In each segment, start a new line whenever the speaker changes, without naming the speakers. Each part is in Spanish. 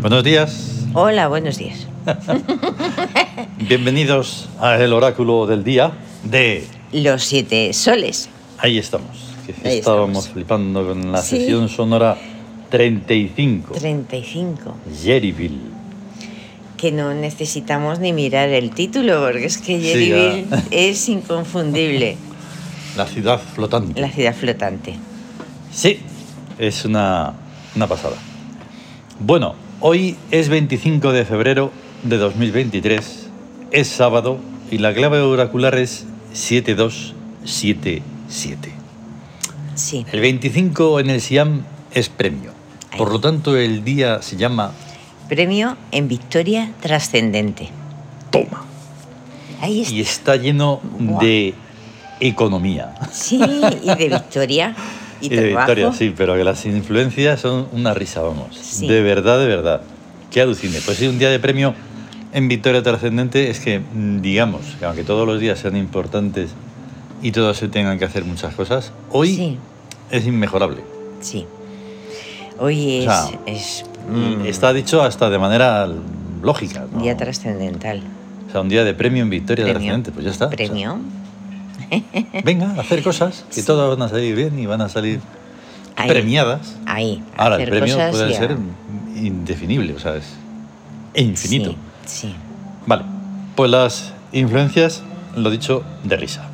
Buenos días,
Hola, buenos días.
bienvenidos a el oráculo del día de...
Los siete soles.
Ahí estamos, que
Ahí
estábamos
estamos.
flipando con la
Sí.
sesión sonora 35,
35.
Jerryville.
Que no necesitamos ni mirar el título, porque es que
Sí,
Jerryville
ya.
es inconfundible.
la ciudad flotante.
La ciudad flotante.
Sí, es una, una pasada. Bueno, hoy es 25 de febrero de 2023, es sábado y la clave oracular es 7277.
Sí.
El 25 en el SIAM es premio.
Ahí.
Por lo tanto, el día se llama
Premio en victoria trascendente.
Toma.
Ahí
Y
está.
está lleno
Guau.
de economía.
Sí, y de victoria. Y,
de
trabajo.
victoria, sí, pero que las influencias son una risa, vamos.
Sí.
De verdad, de verdad. Qué alucine. Pues sí, un día de premio en Victoria Trascendente es que, mm, digamos, que aunque todos los días sean importantes y todos se tengan que hacer muchas cosas, hoy
Sí,
es inmejorable.
sí. Hoy es,
O sea,
es,
Y
mm,
Está dicho hasta de manera lógica. ¿no?
día trascendental.
O sea, un mm. día de premio en Victoria
Premio.
Trascendente, pues ya está. O sea,
Premio.
venga, a hacer cosas que todas van a salir bien y van a salir
Ahí.
premiadas.
Ahí.
Ahora, el
hacer
premio
cosas
puede
y a-
ser indefinible, o sea, es infinito.
Sí, sí.
Vale, pues las influencias, lo dicho, de risa.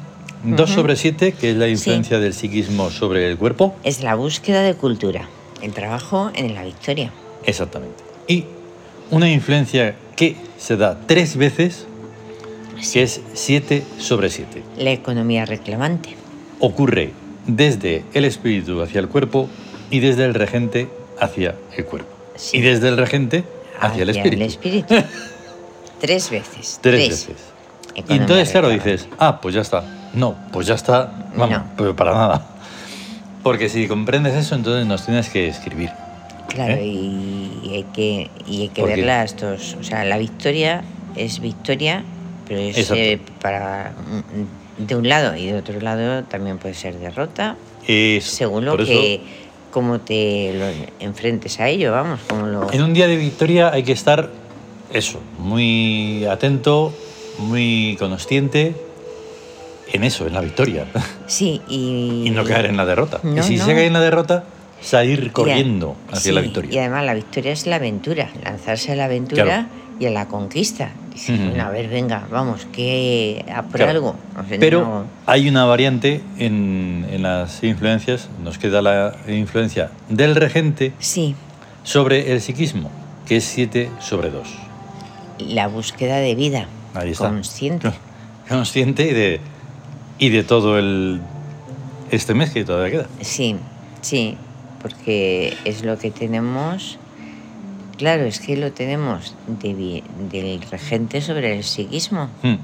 2
Ujú.
sobre 7, que es la influencia del psiquismo sobre el cuerpo.
Es la búsqueda de cultura, el trabajo en la victoria.
Exactamente. Y una influencia que se da tres veces,
Sí.
que es 7 sobre 7.
La economía reclamante.
Ocurre desde el espíritu hacia el cuerpo y desde el regente hacia el cuerpo.
Sí.
Y desde el regente hacia, el espíritu.
Tres veces.
Tres veces. Y
Economía
entonces, claro,
reclamante.
dices, ah, pues ya está. No, pues ya está, vamos,
No.
pero para nada. Porque si comprendes eso, entonces nos tienes que escribir.
Claro,
¿eh?
y y hay que, y hay que
¿Por qué?
verlas dos. O sea, la victoria es victoria, pero es
Exacto.
eh, para mm, de un lado y de otro lado también puede ser derrota,
Es-
según lo
por eso,
que cómo te lo enfrentes a ello, vamos, como lo
en un día de victoria hay que estar, eso, muy atento, muy consciente en eso, en la victoria.
Sí, y...
Y no caer en la derrota. y
No,
si
no.
se cae en la derrota, salir
Y
corriendo
a-
hacia
sí,
la
Y
victoria.
además la victoria es la aventura, lanzarse a la aventura
Claro.
y a la conquista. Dices,
Ujú.
bueno, a ver, venga, vamos, que a por
Claro.
algo. O sea,
Pero
no-
hay una variante en, en las influencias, nos queda la influencia del regente
Sí,
sobre el psiquismo, que es 7 sobre 2.
la búsqueda de vida
Ahí está.
consciente.
Consciente y de, y de todo el este mes que todavía queda.
Sí, sí, porque es lo que tenemos... Claro, es que lo tenemos de vi- del regente sobre el psiquismo
Mm.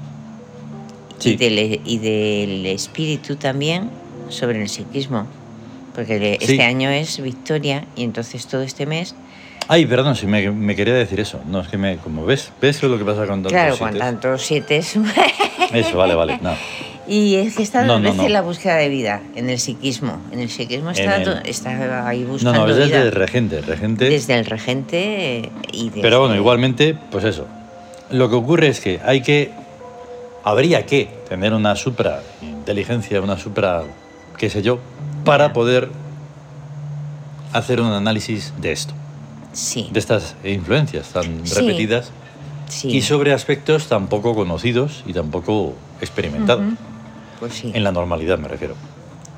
y, del, e, y del espíritu también sobre el psiquismo. Porque de-
Sí.
este año es victoria y entonces todo este mes,
Ay, perdón, si me, me quería decir eso. No, es que me, como ves, ves lo que pasa con tantos
claro, con
sitios?
tantos siete es-
Eso, vale, vale. nada.
y es que está dos
No, no,
veces
no.
la búsqueda de vida en el psiquismo. En el psiquismo está,
En el-
do- está ahí
No,
buscando
no, es
vida.
desde el regente. regente
Desde el regente eh, y desde...
Pero bueno, igualmente, pues eso. Lo que ocurre es que hay que. Habría que tener una supra inteligencia, una supra. qué sé yo, para
Ya.
poder hacer un análisis de esto,
Sí,
de estas influencias tan
Sí.
repetidas
sí.
y sobre aspectos tan poco conocidos y tampoco experimentados.
Ujú. Pues sí,
En la normalidad me refiero.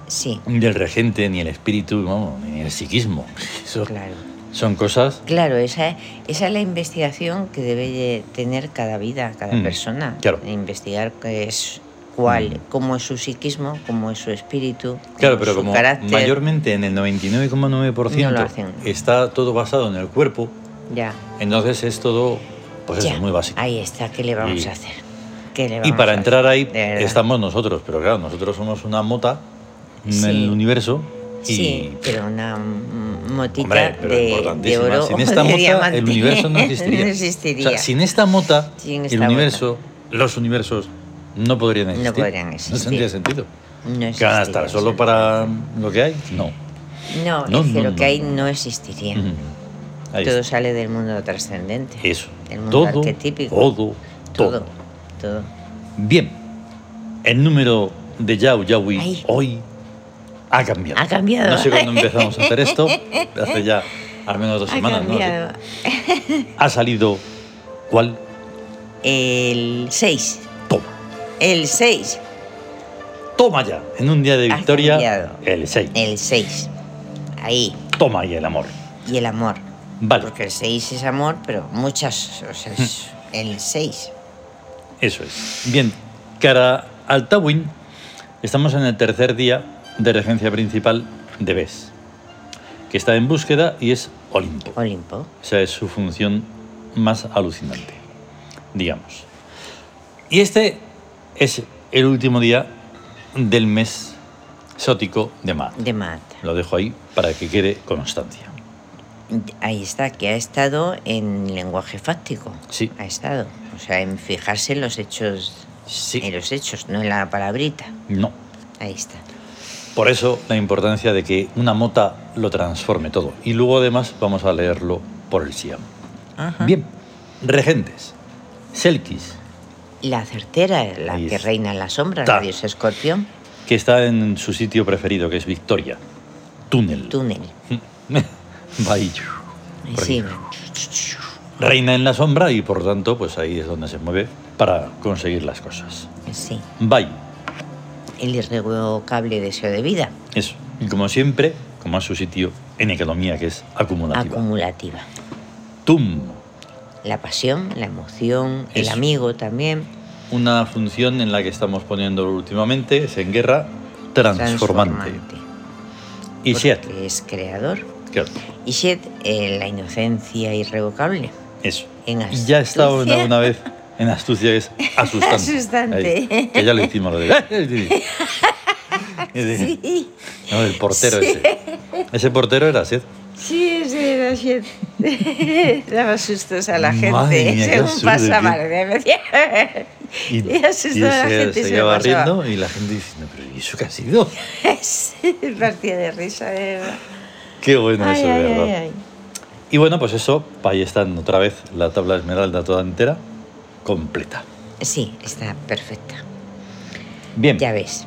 sí,
Ni el regente, ni el espíritu, no, ni el psiquismo. Eso
claro.
son cosas
Claro, esa, esa es la investigación que debe de tener cada vida, cada
Mm,
persona.
claro.
Investigar qué es cuál,
Mm.
cómo es su psiquismo, cómo es su espíritu, cómo
Claro,
es
pero
su
como
carácter.
mayormente en el
No
99,9%
lo hacen.
está todo basado en el cuerpo,
Ya,
entonces es todo, pues eso,
ya.
muy básico.
Ahí está, ¿qué le vamos
Y-
a hacer? ¿Qué le
Y
vamos
para
a
entrar
hacer?
ahí
De verdad.
estamos nosotros, pero claro, nosotros somos una mota en
Sí.
el universo y...
Sí, pero una mm, motita
Hombre, pero
de, de
importantísima.
oro
sin
o
esta
de
mota
diamante.
el universo no existiría.
No existiría.
O sea, sin esta mota
Sin
el
esta
universo, los universos no podrían
No
existir.
podrían existir.
No tendría sentido.
No
¿Qué van a
existiría,
estar? ¿Solo para lo que hay? No.
No,
No,
es que
no,
lo
no,
que hay
no.
no existiría.
Ujú. Ahí
todo
está.
sale del mundo trascendente.
Eso.
Del mundo
Todo,
arquetípico.
todo, todo,
Todo. Todo.
Bien. El número de Yao Yawi
Ay.
hoy ha cambiado.
Ha cambiado.
No sé cuándo empezamos a hacer esto. Hace ya al menos dos
Ha
semanas, ¿no?
cambiado.
Ha salido. ¿Cuál?
El 6.
Toma.
El 6.
Toma ya. En un día de
Ha
victoria,
cambiado. Eh.
el 6.
El 6. Ahí.
Toma ya el amor.
Y el amor.
Vale,
Porque el 6 es amor, pero muchas. O sea, es el 6.
eso es. Bien, cara al Tawin, estamos en el tercer día de regencia principal de Bes, que está en búsqueda y es Olimpo.
Olimpo.
Esa es su función más alucinante, digamos. Y este es el último día del mes sótico de Maat.
De Mata.
Lo dejo ahí para que quede constancia.
Ahí está, que ha estado en lenguaje fáctico.
Sí.
Ha estado. O sea, en fijarse en los hechos.
Sí.
En los hechos, no en la palabrita.
No.
Ahí está.
Por eso la importancia de que una mota lo transforme todo. Y luego además vamos a leerlo por el Siam.
Ajá.
Bien, regentes. Selkis,
La certera, la
Ahí
que
es-
reina en la sombra,
Ta.
la diosa escorpión,
que está en su sitio preferido, que es Victoria. Túnel.
túnel.
Va ahí. Por
Sí.
ahí. Reina en la sombra y por tanto, pues ahí es donde se mueve para conseguir las cosas.
sí.
Vai,
El irrevocable deseo de vida,
eso. Y como siempre, como es su sitio en economía, que es acumulativa.
acumulativa.
Tum,
La pasión, la emoción, el
Eso.
amigo también.
una función en la que estamos poniendo últimamente, es en guerra, transformante. Y Siat,
porque es creador.
claro,
Y Siet, eh, la inocencia irrevocable.
eso.
En
Y ya he estado una,
astucia.
una vez en astucia, que es asustante.
Asustante.
Ahí, que ya lo hicimos, lo de... Y de-
Sí,
No, el portero ese. Ese portero era Siat.
sí, ese era Siet. Daba sustos a la gente. ¿eh?
Madre mía, qué
según
absurdo,
pasaba, ¿eh?
tío.
me decía-
Y,
Y asustaba a la gente, se
se seguía
lo pasaba.
barriendo y la gente diciendo, pero ¿y eso qué ha sido?
Sí, partía de risa, de verdad.
Qué bueno
Ay,
eso, de
ay,
verdad.
ay, ay.
Y bueno, pues eso, ahí están otra vez la tabla esmeralda toda entera, completa.
Sí, está perfecta.
Bien,
Ya ves.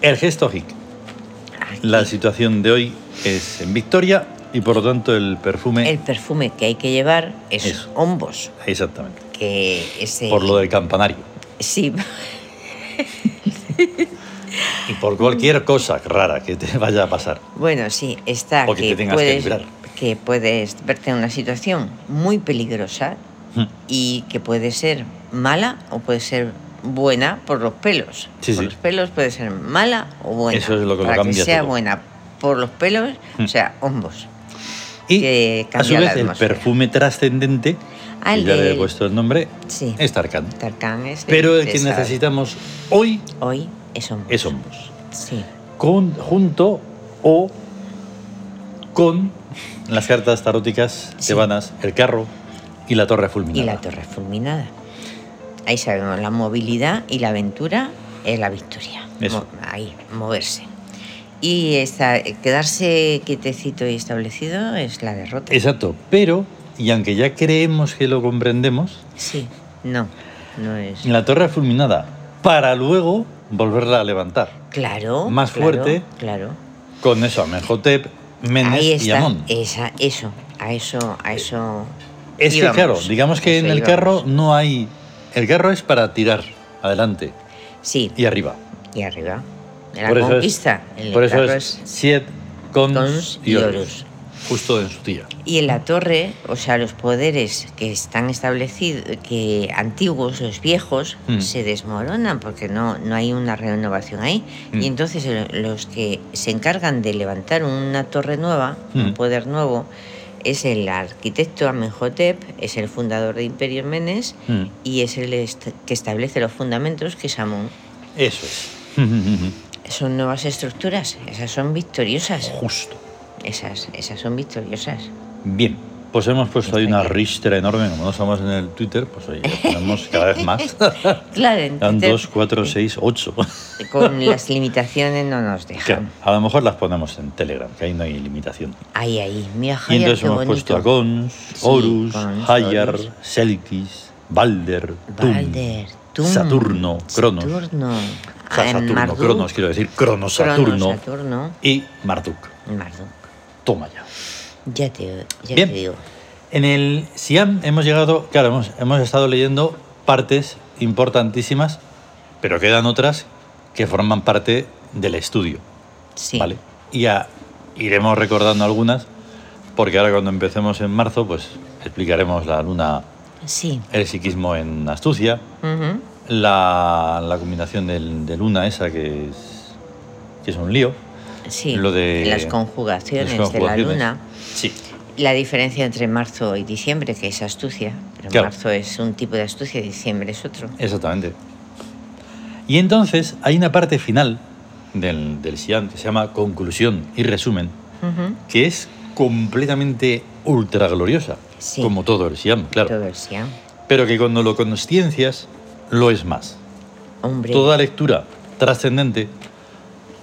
el gesto hic.
Aquí,
La situación de hoy es en Victoria y por lo tanto el perfume...
el perfume que hay que llevar es
Eso.
hombos,
Exactamente.
que ese
Por lo del campanario.
sí,
Y por cualquier cosa rara que te vaya a pasar.
bueno, sí, está
O que te tengas que
puedes
librar.
que puedes verte en una situación muy peligrosa y que puede ser mala o puede ser buena por los pelos.
Sí,
por
sí.
los pelos puede ser mala o buena.
Eso es lo que lo
para
cambia
sea
todo.
buena por los pelos,
Mm.
o sea, hombos.
Y
Que
a su
cambia la
vez el
atmósfera.
perfume trascendente,
Ah,
que
el
ya le he
del-
puesto el nombre,
Sí.
es Tarkan.
Tarkan es de-
Pero el
de
que
esa-
necesitamos hoy
Hoy es hombros.
es hombros.
Sí.
Con, junto o con las cartas taróticas
Sí.
tebanas, el carro y la torre fulminada.
Y la torre fulminada. Ahí sabemos la movilidad y la aventura es la victoria.
Eso.
Mo- ahí, moverse. Y esta- quedarse quietecito y establecido es la derrota.
Exacto, pero, y aunque ya creemos que lo comprendemos,
Sí, no, no es.
la torre fulminada, para luego volverla a levantar.
Claro.
Más
claro,
fuerte.
Claro.
Con eso, Amenhotep,
Ahí
Menes y
está.
Amón.
Esa, eso, a eso, a eso.
Es que,
íbamos.
claro, digamos que
Eso
en el
íbamos.
carro no hay... El carro es para tirar adelante
Sí,
y arriba.
y arriba. La
Por eso es-
conquista. en el
Por eso
carro
es Siet, Cons,
Cons
y
y
Horus,
Horus.
Justo en su día.
Y en la torre, o sea, los poderes que están establecidos, que antiguos, los viejos,
Mm.
se desmoronan porque no, no hay una renovación ahí.
Mm.
Y entonces el- los que se encargan de levantar una torre nueva,
Mm.
un poder nuevo, es el arquitecto Amenhotep, es el fundador de Imperio Menes
Mm,
y es el est- que establece los fundamentos, que es Amón.
Eso es.
Son nuevas estructuras, esas son victoriosas,
Justo.
esas, esas son victoriosas.
Bien. Pues hemos puesto ahí una
España.
ristra enorme, como no somos en el Twitter, pues ahí lo ponemos cada vez más.
Claro,
Dan
entonces,
2, 4, 6, 8.
con las limitaciones no nos dejan.
A lo mejor las ponemos en Telegram, que ahí no hay limitación.
Ahí, ahí, mira,
Y
Javier,
entonces
qué
hemos puesto a
bonito.
Gons,
Sí,
Horus,
Gons,
Hayar,
Horus.
Selkis, Balder, Tum,
Balder, Tum,
Saturno, Cronos.
Saturno,
O sea,
Ah,
Saturno,
Marduk,
Cronos, quiero decir, Cronos,
Cronos,
Saturno
Saturno,
y Marduk.
Marduk.
Toma ya.
Ya te, ya
Bien.
te digo.
En el Siam hemos llegado, claro, hemos, hemos estado leyendo partes importantísimas, pero quedan otras que forman parte del estudio,
Sí.
¿vale? Y ya iremos recordando algunas, porque ahora cuando empecemos en marzo, pues explicaremos la luna,
Sí.
el psiquismo en astucia,
Ujú.
la, la combinación del- de luna esa que es, que es un lío.
Sí.
Lo de-
las
las
conjugaciones, de la
conjugaciones.
luna.
Sí,
La diferencia entre marzo y diciembre, que es astucia, pero
Claro.
marzo es un tipo de astucia y diciembre es otro.
Exactamente. Y entonces hay una parte final del, del Siam que se llama conclusión y resumen,
Ujú.
que es completamente ultra gloriosa,
Sí.
como todo el Siam, claro.
Todo el Siam.
Pero que cuando lo consciencias, lo es más.
Hombre,
Toda lectura trascendente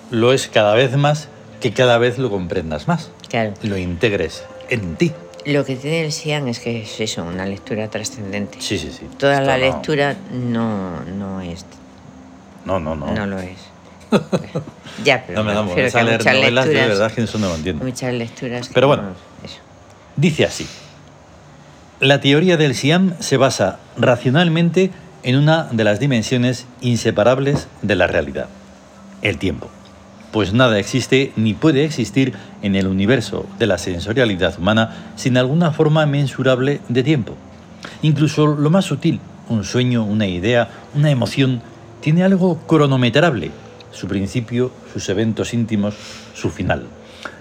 lo es cada vez más que cada vez lo comprendas más,
claro.
lo integres en ti.
Lo que tiene el Siam es que es eso, una lectura trascendente.
Sí, sí, sí.
Toda
Esto
la
no-
lectura no, no es,
No, no, no.
no, lo es. ya, pero
No me
da
da vergüenza leer novelas, de verdad que eso no lo entiendo.
muchas lecturas. que
Pero bueno.
no- eso.
Dice así. La teoría del Siam se basa racionalmente en una de las dimensiones inseparables de la realidad, el tiempo. Pues nada existe ni puede existir en el universo de la sensorialidad humana sin alguna forma mensurable de tiempo. Incluso lo más sutil, un sueño, una idea, una emoción, tiene algo cronometrable, su principio, sus eventos íntimos, su final.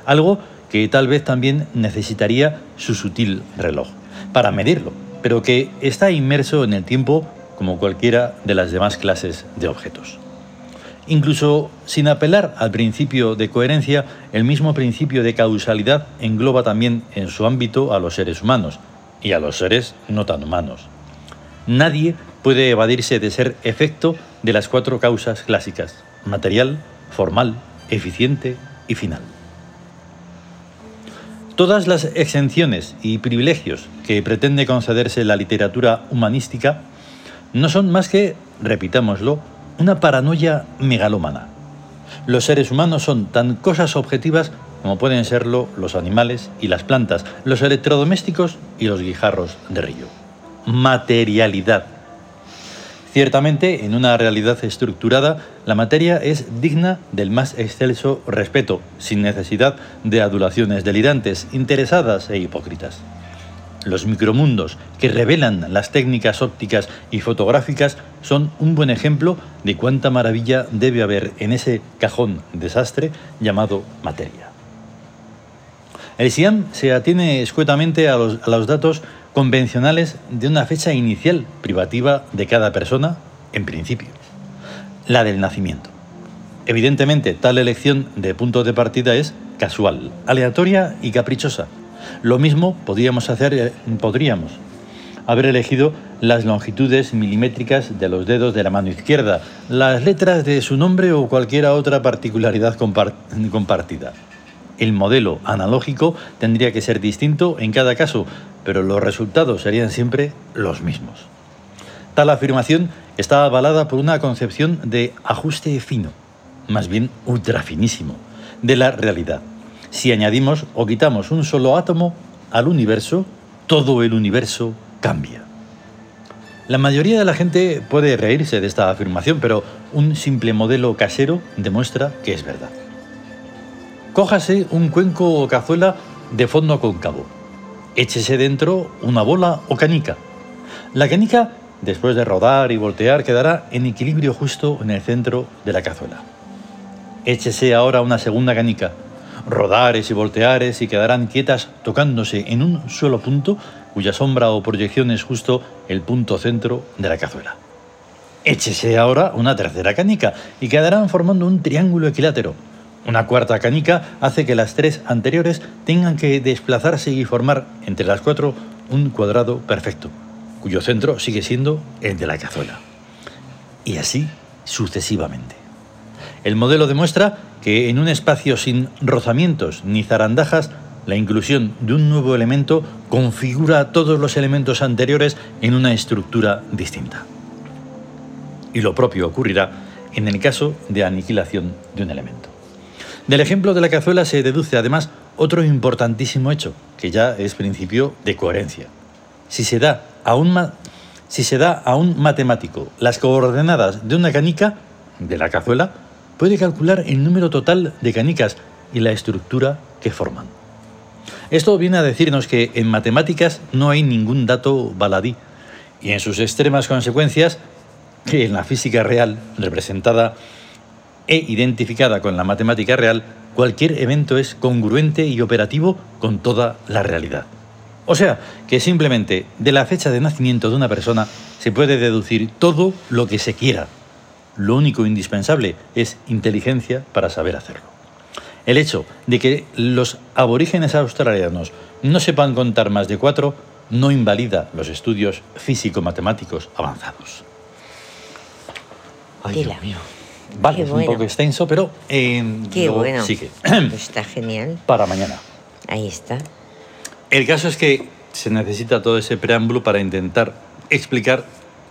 Algo que tal vez también necesitaría su sutil reloj para medirlo, pero que está inmerso en el tiempo como cualquiera de las demás clases de objetos. Incluso sin apelar al principio de coherencia, el mismo principio de causalidad engloba también en su ámbito a los seres humanos y a los seres no tan humanos. Nadie puede evadirse de ser efecto de las cuatro causas clásicas, material, formal, eficiente y final. Todas las exenciones y privilegios que pretende concederse la literatura humanística no son más que, repitámoslo, una paranoia megalómana. Los seres humanos son tan cosas objetivas como pueden serlo los animales y las plantas, los electrodomésticos y los guijarros de río. Materialidad. Ciertamente, en una realidad estructurada, la materia es digna del más excelso respeto, sin necesidad de adulaciones delirantes, interesadas e hipócritas. Los micromundos que revelan las técnicas ópticas y fotográficas son un buen ejemplo de cuánta maravilla debe haber en ese cajón desastre llamado materia. El SIAM se atiene escuetamente a los, a los datos convencionales de una fecha inicial privativa de cada persona, en principio, la del nacimiento. Evidentemente, tal elección de punto de partida es casual, aleatoria y caprichosa. Lo mismo podríamos hacer, eh, podríamos haber elegido las longitudes milimétricas de los dedos de la mano izquierda, las letras de su nombre o cualquier otra particularidad compar- compartida. El modelo analógico tendría que ser distinto en cada caso, pero los resultados serían siempre los mismos. Tal afirmación está avalada por una concepción de ajuste fino, más bien ultrafinísimo, de la realidad. Si añadimos o quitamos un solo átomo al universo, todo el universo cambia. La mayoría de la gente puede reírse de esta afirmación, pero un simple modelo casero demuestra que es verdad. Cójase un cuenco o cazuela de fondo cóncavo. Échese dentro una bola o canica. La canica, después de rodar y voltear, quedará en equilibrio justo en el centro de la cazuela. Échese ahora una segunda canica. Rodares y volteares y quedarán quietas tocándose en un solo punto cuya sombra o proyección es justo el punto centro de la cazuela. Échese ahora una tercera canica y quedarán formando un triángulo equilátero, Una cuarta canica hace que las tres anteriores tengan que desplazarse y formar entre las cuatro un cuadrado perfecto, cuyo centro sigue siendo el de la cazuela. Y así sucesivamente. El modelo demuestra que en un espacio sin rozamientos ni zarandajas, la inclusión de un nuevo elemento configura todos los elementos anteriores en una estructura distinta. Y lo propio ocurrirá en el caso de aniquilación de un elemento. Del ejemplo de la cazuela se deduce además otro importantísimo hecho, que ya es principio de coherencia. Si se da a un, ma- si se da a un matemático las coordenadas de una canica, de la cazuela, puede calcular el número total de canicas y la estructura que forman. Esto viene a decirnos que en matemáticas no hay ningún dato baladí y en sus extremas consecuencias, que en la física real representada e identificada con la matemática real, cualquier evento es congruente y operativo con toda la realidad. O sea, que simplemente de la fecha de nacimiento de una persona se puede deducir todo lo que se quiera. Lo único indispensable es inteligencia para saber hacerlo. El hecho de que los aborígenes australianos no sepan contar más de cuatro no invalida los estudios físico-matemáticos avanzados. Ay,
Tela.
Dios mío. Vale,
Qué
es un
bueno.
poco extenso, pero eh,
Qué
lo
bueno.
sigue
Pues está genial.
para mañana.
Ahí está.
El caso es que se necesita todo ese preámbulo para intentar explicar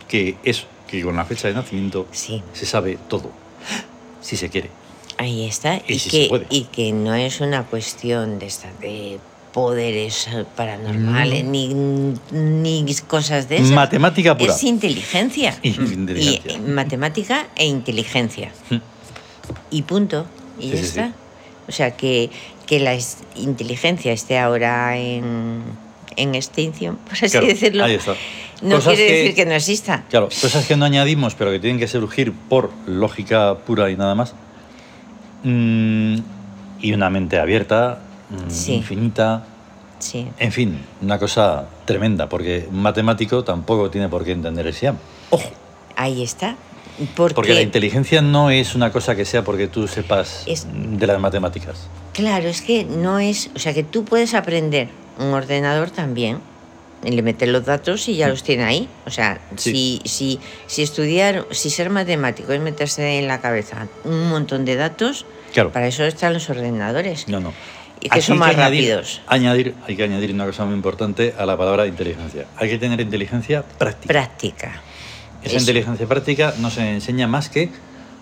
que eso, que con la fecha de nacimiento
Sí.
se sabe todo, si se quiere.
Ahí está.
Y
Y,
si se puede.
que, y que no es una cuestión de, esta- de poderes eh, paranormales
No.
ni, ni cosas de esas.
Matemática pura.
Es inteligencia.
Y- inteligencia.
Y, eh, matemática e inteligencia.
Mm.
y punto. Y
Sí,
ya
sí,
está.
sí.
O sea, que, que la es- inteligencia esté ahora en, en extinción, por así
Claro,
decirlo.
Ahí está.
No
Cosas
quiere
que-
decir que no exista.
Claro, cosas que no añadimos, pero que tienen que surgir por lógica pura y nada más. Mm, y una mente abierta, mm,
Sí.
infinita.
Sí.
En fin, una cosa tremenda, porque un matemático tampoco tiene por qué entender el SIAM. Ojo,
Ahí está. Porque,
porque la inteligencia no es una cosa que sea porque tú sepas
Es-
mm, de las matemáticas.
Claro, es que no es. O sea, que tú puedes aprender un ordenador también. y Le metes los datos y ya los tiene ahí. O sea,
Sí.
si, si, si estudiar, si ser matemático es meterse en la cabeza un montón de datos,
Claro.
para eso están los ordenadores.
No, no.
Y que
Aquí
son
hay
más
añadir-
rápidos.
Añadir, hay que añadir una cosa muy importante a la palabra inteligencia. Hay que tener inteligencia práctica.
Práctica.
Esa
Eso.
inteligencia práctica no se enseña más que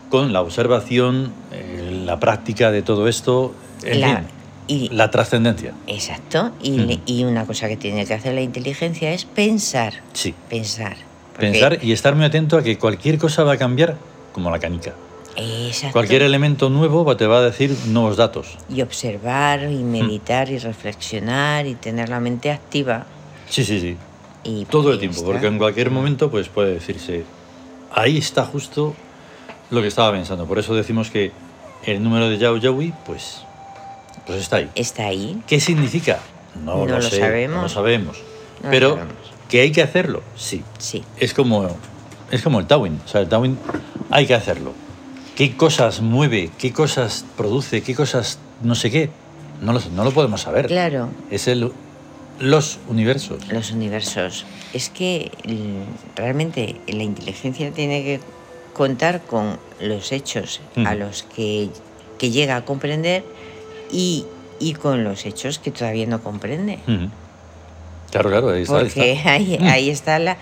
con la observación, eh, la práctica de todo esto, en
La-
fin,
y-
la trascendencia.
Exacto. Y, le-
Ujú.
y una cosa que tiene que hacer la inteligencia es pensar.
Sí.
Pensar. Porque-
Pensar y estar muy atento a que cualquier cosa va a cambiar, como la canica.
Exacto.
Cualquier elemento nuevo va- te va a decir nuevos datos.
Y observar, y
Hmm.
meditar, y reflexionar, y tener la mente activa.
Sí, sí, sí.
Y
Todo el
ya
tiempo,
está.
porque en cualquier momento pues puede decirse, ahí está justo lo que estaba pensando. Por eso decimos que el número de Yao Yaui, pues, pues está ahí.
Está ahí.
¿Qué significa? No,
No
lo,
lo
sé,
sabemos.
No lo sabemos.
No lo
Pero
sabemos.
que hay que hacerlo, sí.
Sí.
Es como, es como el Tawin. O sea, el Tawin hay que hacerlo. ¿Qué cosas mueve? ¿Qué cosas produce? ¿Qué cosas no sé qué? No lo, no lo podemos saber.
Claro.
Es el, los universos.
Los universos. Es que l- realmente la inteligencia tiene que contar con los hechos
Ujú.
a los que, que llega a comprender y, y con los hechos que todavía no comprende.
Ujú. Claro, claro, Hmm. ahí está. ahí está.
Porque ahí,
Mm.
ahí está la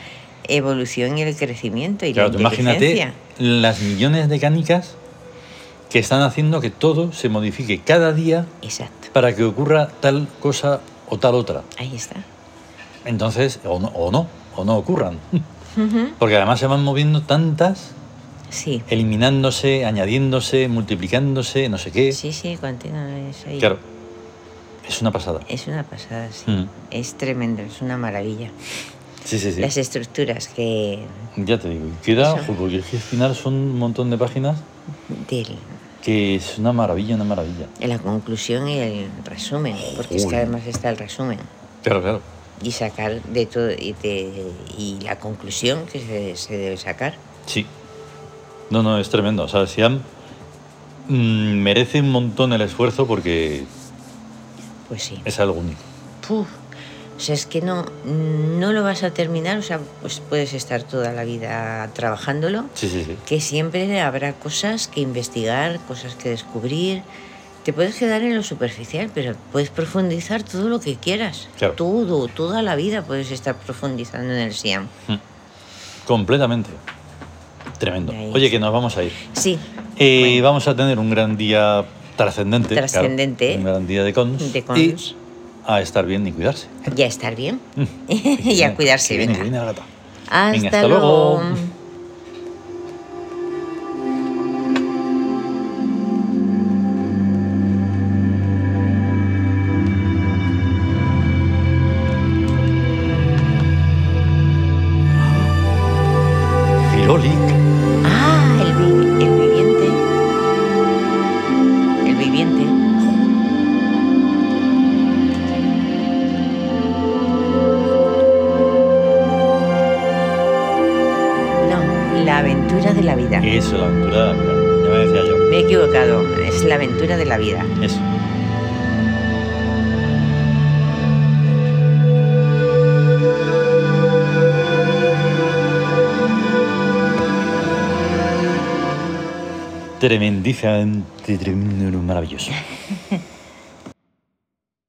evolución y el crecimiento y
Claro,
la
tú imagínate
inteligencia.
las millones de canicas que están haciendo que todo se modifique cada día
Exacto.
para que ocurra tal cosa o tal otra.
Ahí está.
Entonces, o no, o no, o no ocurran.
Ujú.
Porque además se van moviendo tantas,
Sí.
eliminándose, añadiéndose, multiplicándose, no sé qué.
Sí, sí, continúa es ahí.
Claro, es una pasada.
Es una pasada, sí.
Mm.
Es tremendo, es una maravilla.
Sí, sí, sí.
Las estructuras que
Ya te digo, y queda,
Eso.
ojo, porque es que al final son un montón de páginas
del,
que es una maravilla, una maravilla.
de la conclusión y el resumen, porque es que
Joder.
además está el resumen
Claro, claro.
y sacar de todo y, de- y la conclusión que se, se debe sacar.
Sí. No, no, es tremendo. O sea, Siam mm, merece un montón el esfuerzo porque
Pues sí.
es algo único.
Puf. O sea, es que no, no lo vas a terminar, o sea, pues puedes estar toda la vida trabajándolo,
Sí, sí, sí.
que siempre habrá cosas que investigar, cosas que descubrir. Te puedes quedar en lo superficial, pero puedes profundizar todo lo que quieras.
Claro.
Todo, toda la vida puedes estar profundizando en el SIAM.
Completamente. Tremendo.
Ahí
Oye,
está.
que nos vamos a ir.
Sí,
Eh,
Bueno.
Vamos a tener un gran día trascendente. claro,
Trascendente.
un gran día de cons.
De cons.
Y a estar bien y cuidarse.
ya estar bien. y
Viene,
a cuidarse,
viene,
venga.
viene la gata.
Hasta,
Mm. Venga, hasta
luego.
luego. Filolic.
Ah, el, vi- el viviente. El viviente. No, la aventura de la vida.
Eso, la aventura. Ya me decía yo.
Me he equivocado, es la aventura de la vida.
Eso. Tremendizante, tremendo, maravilloso.